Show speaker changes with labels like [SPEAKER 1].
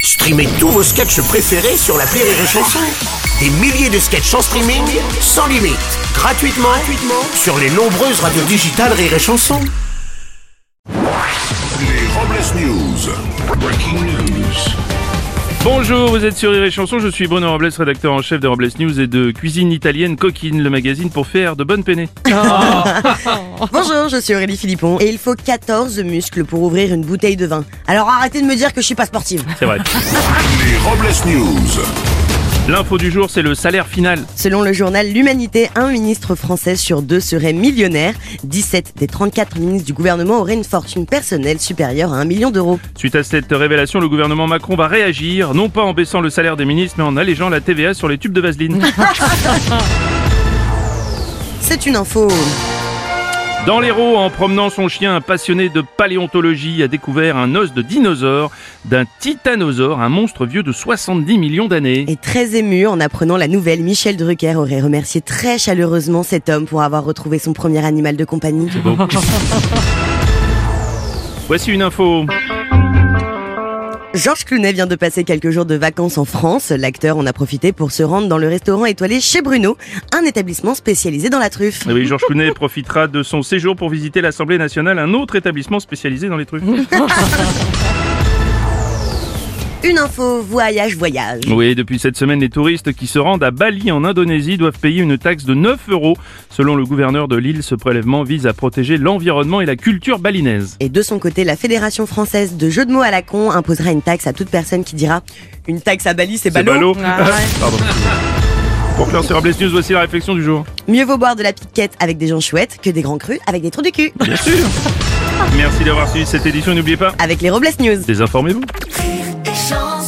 [SPEAKER 1] Streamez tous vos sketchs préférés sur la Rire et Chanson. Des milliers de sketchs en streaming, sans limite, gratuitement, gratuitement sur les nombreuses radios digitales Rire et Chanson.
[SPEAKER 2] Les Robles News. Breaking news.
[SPEAKER 3] Bonjour, vous êtes sur Rire et Chanson, je suis Bruno Robles, rédacteur en chef de Robles News et de Cuisine Italienne Coquine, le magazine pour faire de bonnes peinées.
[SPEAKER 4] Bonjour, je suis Aurélie Philippon et il faut 14 muscles pour ouvrir une bouteille de vin. Alors arrêtez de me dire que je suis pas sportive.
[SPEAKER 3] C'est vrai.
[SPEAKER 2] Les Robles News.
[SPEAKER 3] L'info du jour, c'est le salaire final.
[SPEAKER 4] Selon le journal L'Humanité, un ministre français sur deux serait millionnaire. 17 des 34 ministres du gouvernement auraient une fortune personnelle supérieure à 1 million d'euros.
[SPEAKER 3] Suite à cette révélation, le gouvernement Macron va réagir, non pas en baissant le salaire des ministres, mais en allégeant la TVA sur les tubes de vaseline.
[SPEAKER 4] C'est une info.
[SPEAKER 3] Dans l'Hérault, en promenant son chien, un passionné de paléontologie a découvert un os de dinosaure d'un titanosaure, un monstre vieux de 70 millions d'années.
[SPEAKER 4] Et très ému en apprenant la nouvelle, Michel Drucker aurait remercié très chaleureusement cet homme pour avoir retrouvé son premier animal de compagnie.
[SPEAKER 3] Voici une info.
[SPEAKER 4] Georges Clooney vient de passer quelques jours de vacances en France. L'acteur en a profité pour se rendre dans le restaurant étoilé chez Bruno, un établissement spécialisé dans la truffe.
[SPEAKER 3] Eh Oui, Georges Clooney profitera de son séjour pour visiter l'Assemblée nationale, un autre établissement spécialisé dans les truffes.
[SPEAKER 4] Une info, voyage, voyage.
[SPEAKER 3] Oui, depuis cette semaine, les touristes qui se rendent à Bali en Indonésie doivent payer une taxe de 9 euros. Selon le gouverneur de l'île, ce prélèvement vise à protéger l'environnement et la culture balinaise.
[SPEAKER 4] Et de son côté, la Fédération française de jeux de mots à la con imposera une taxe à toute personne qui dira une taxe à Bali, c'est
[SPEAKER 3] C'est ballot.
[SPEAKER 4] ballot.
[SPEAKER 3] Pardon. Pour clore sur Robles News, voici la réflexion du jour.
[SPEAKER 4] Mieux vaut boire de la piquette avec des gens chouettes que des grands crus avec des trous du cul.
[SPEAKER 3] Bien sûr. Merci d'avoir suivi cette édition et n'oubliez pas,
[SPEAKER 4] Avec les Robles News.
[SPEAKER 3] désinformez-vous.
[SPEAKER 5] rire et chanson.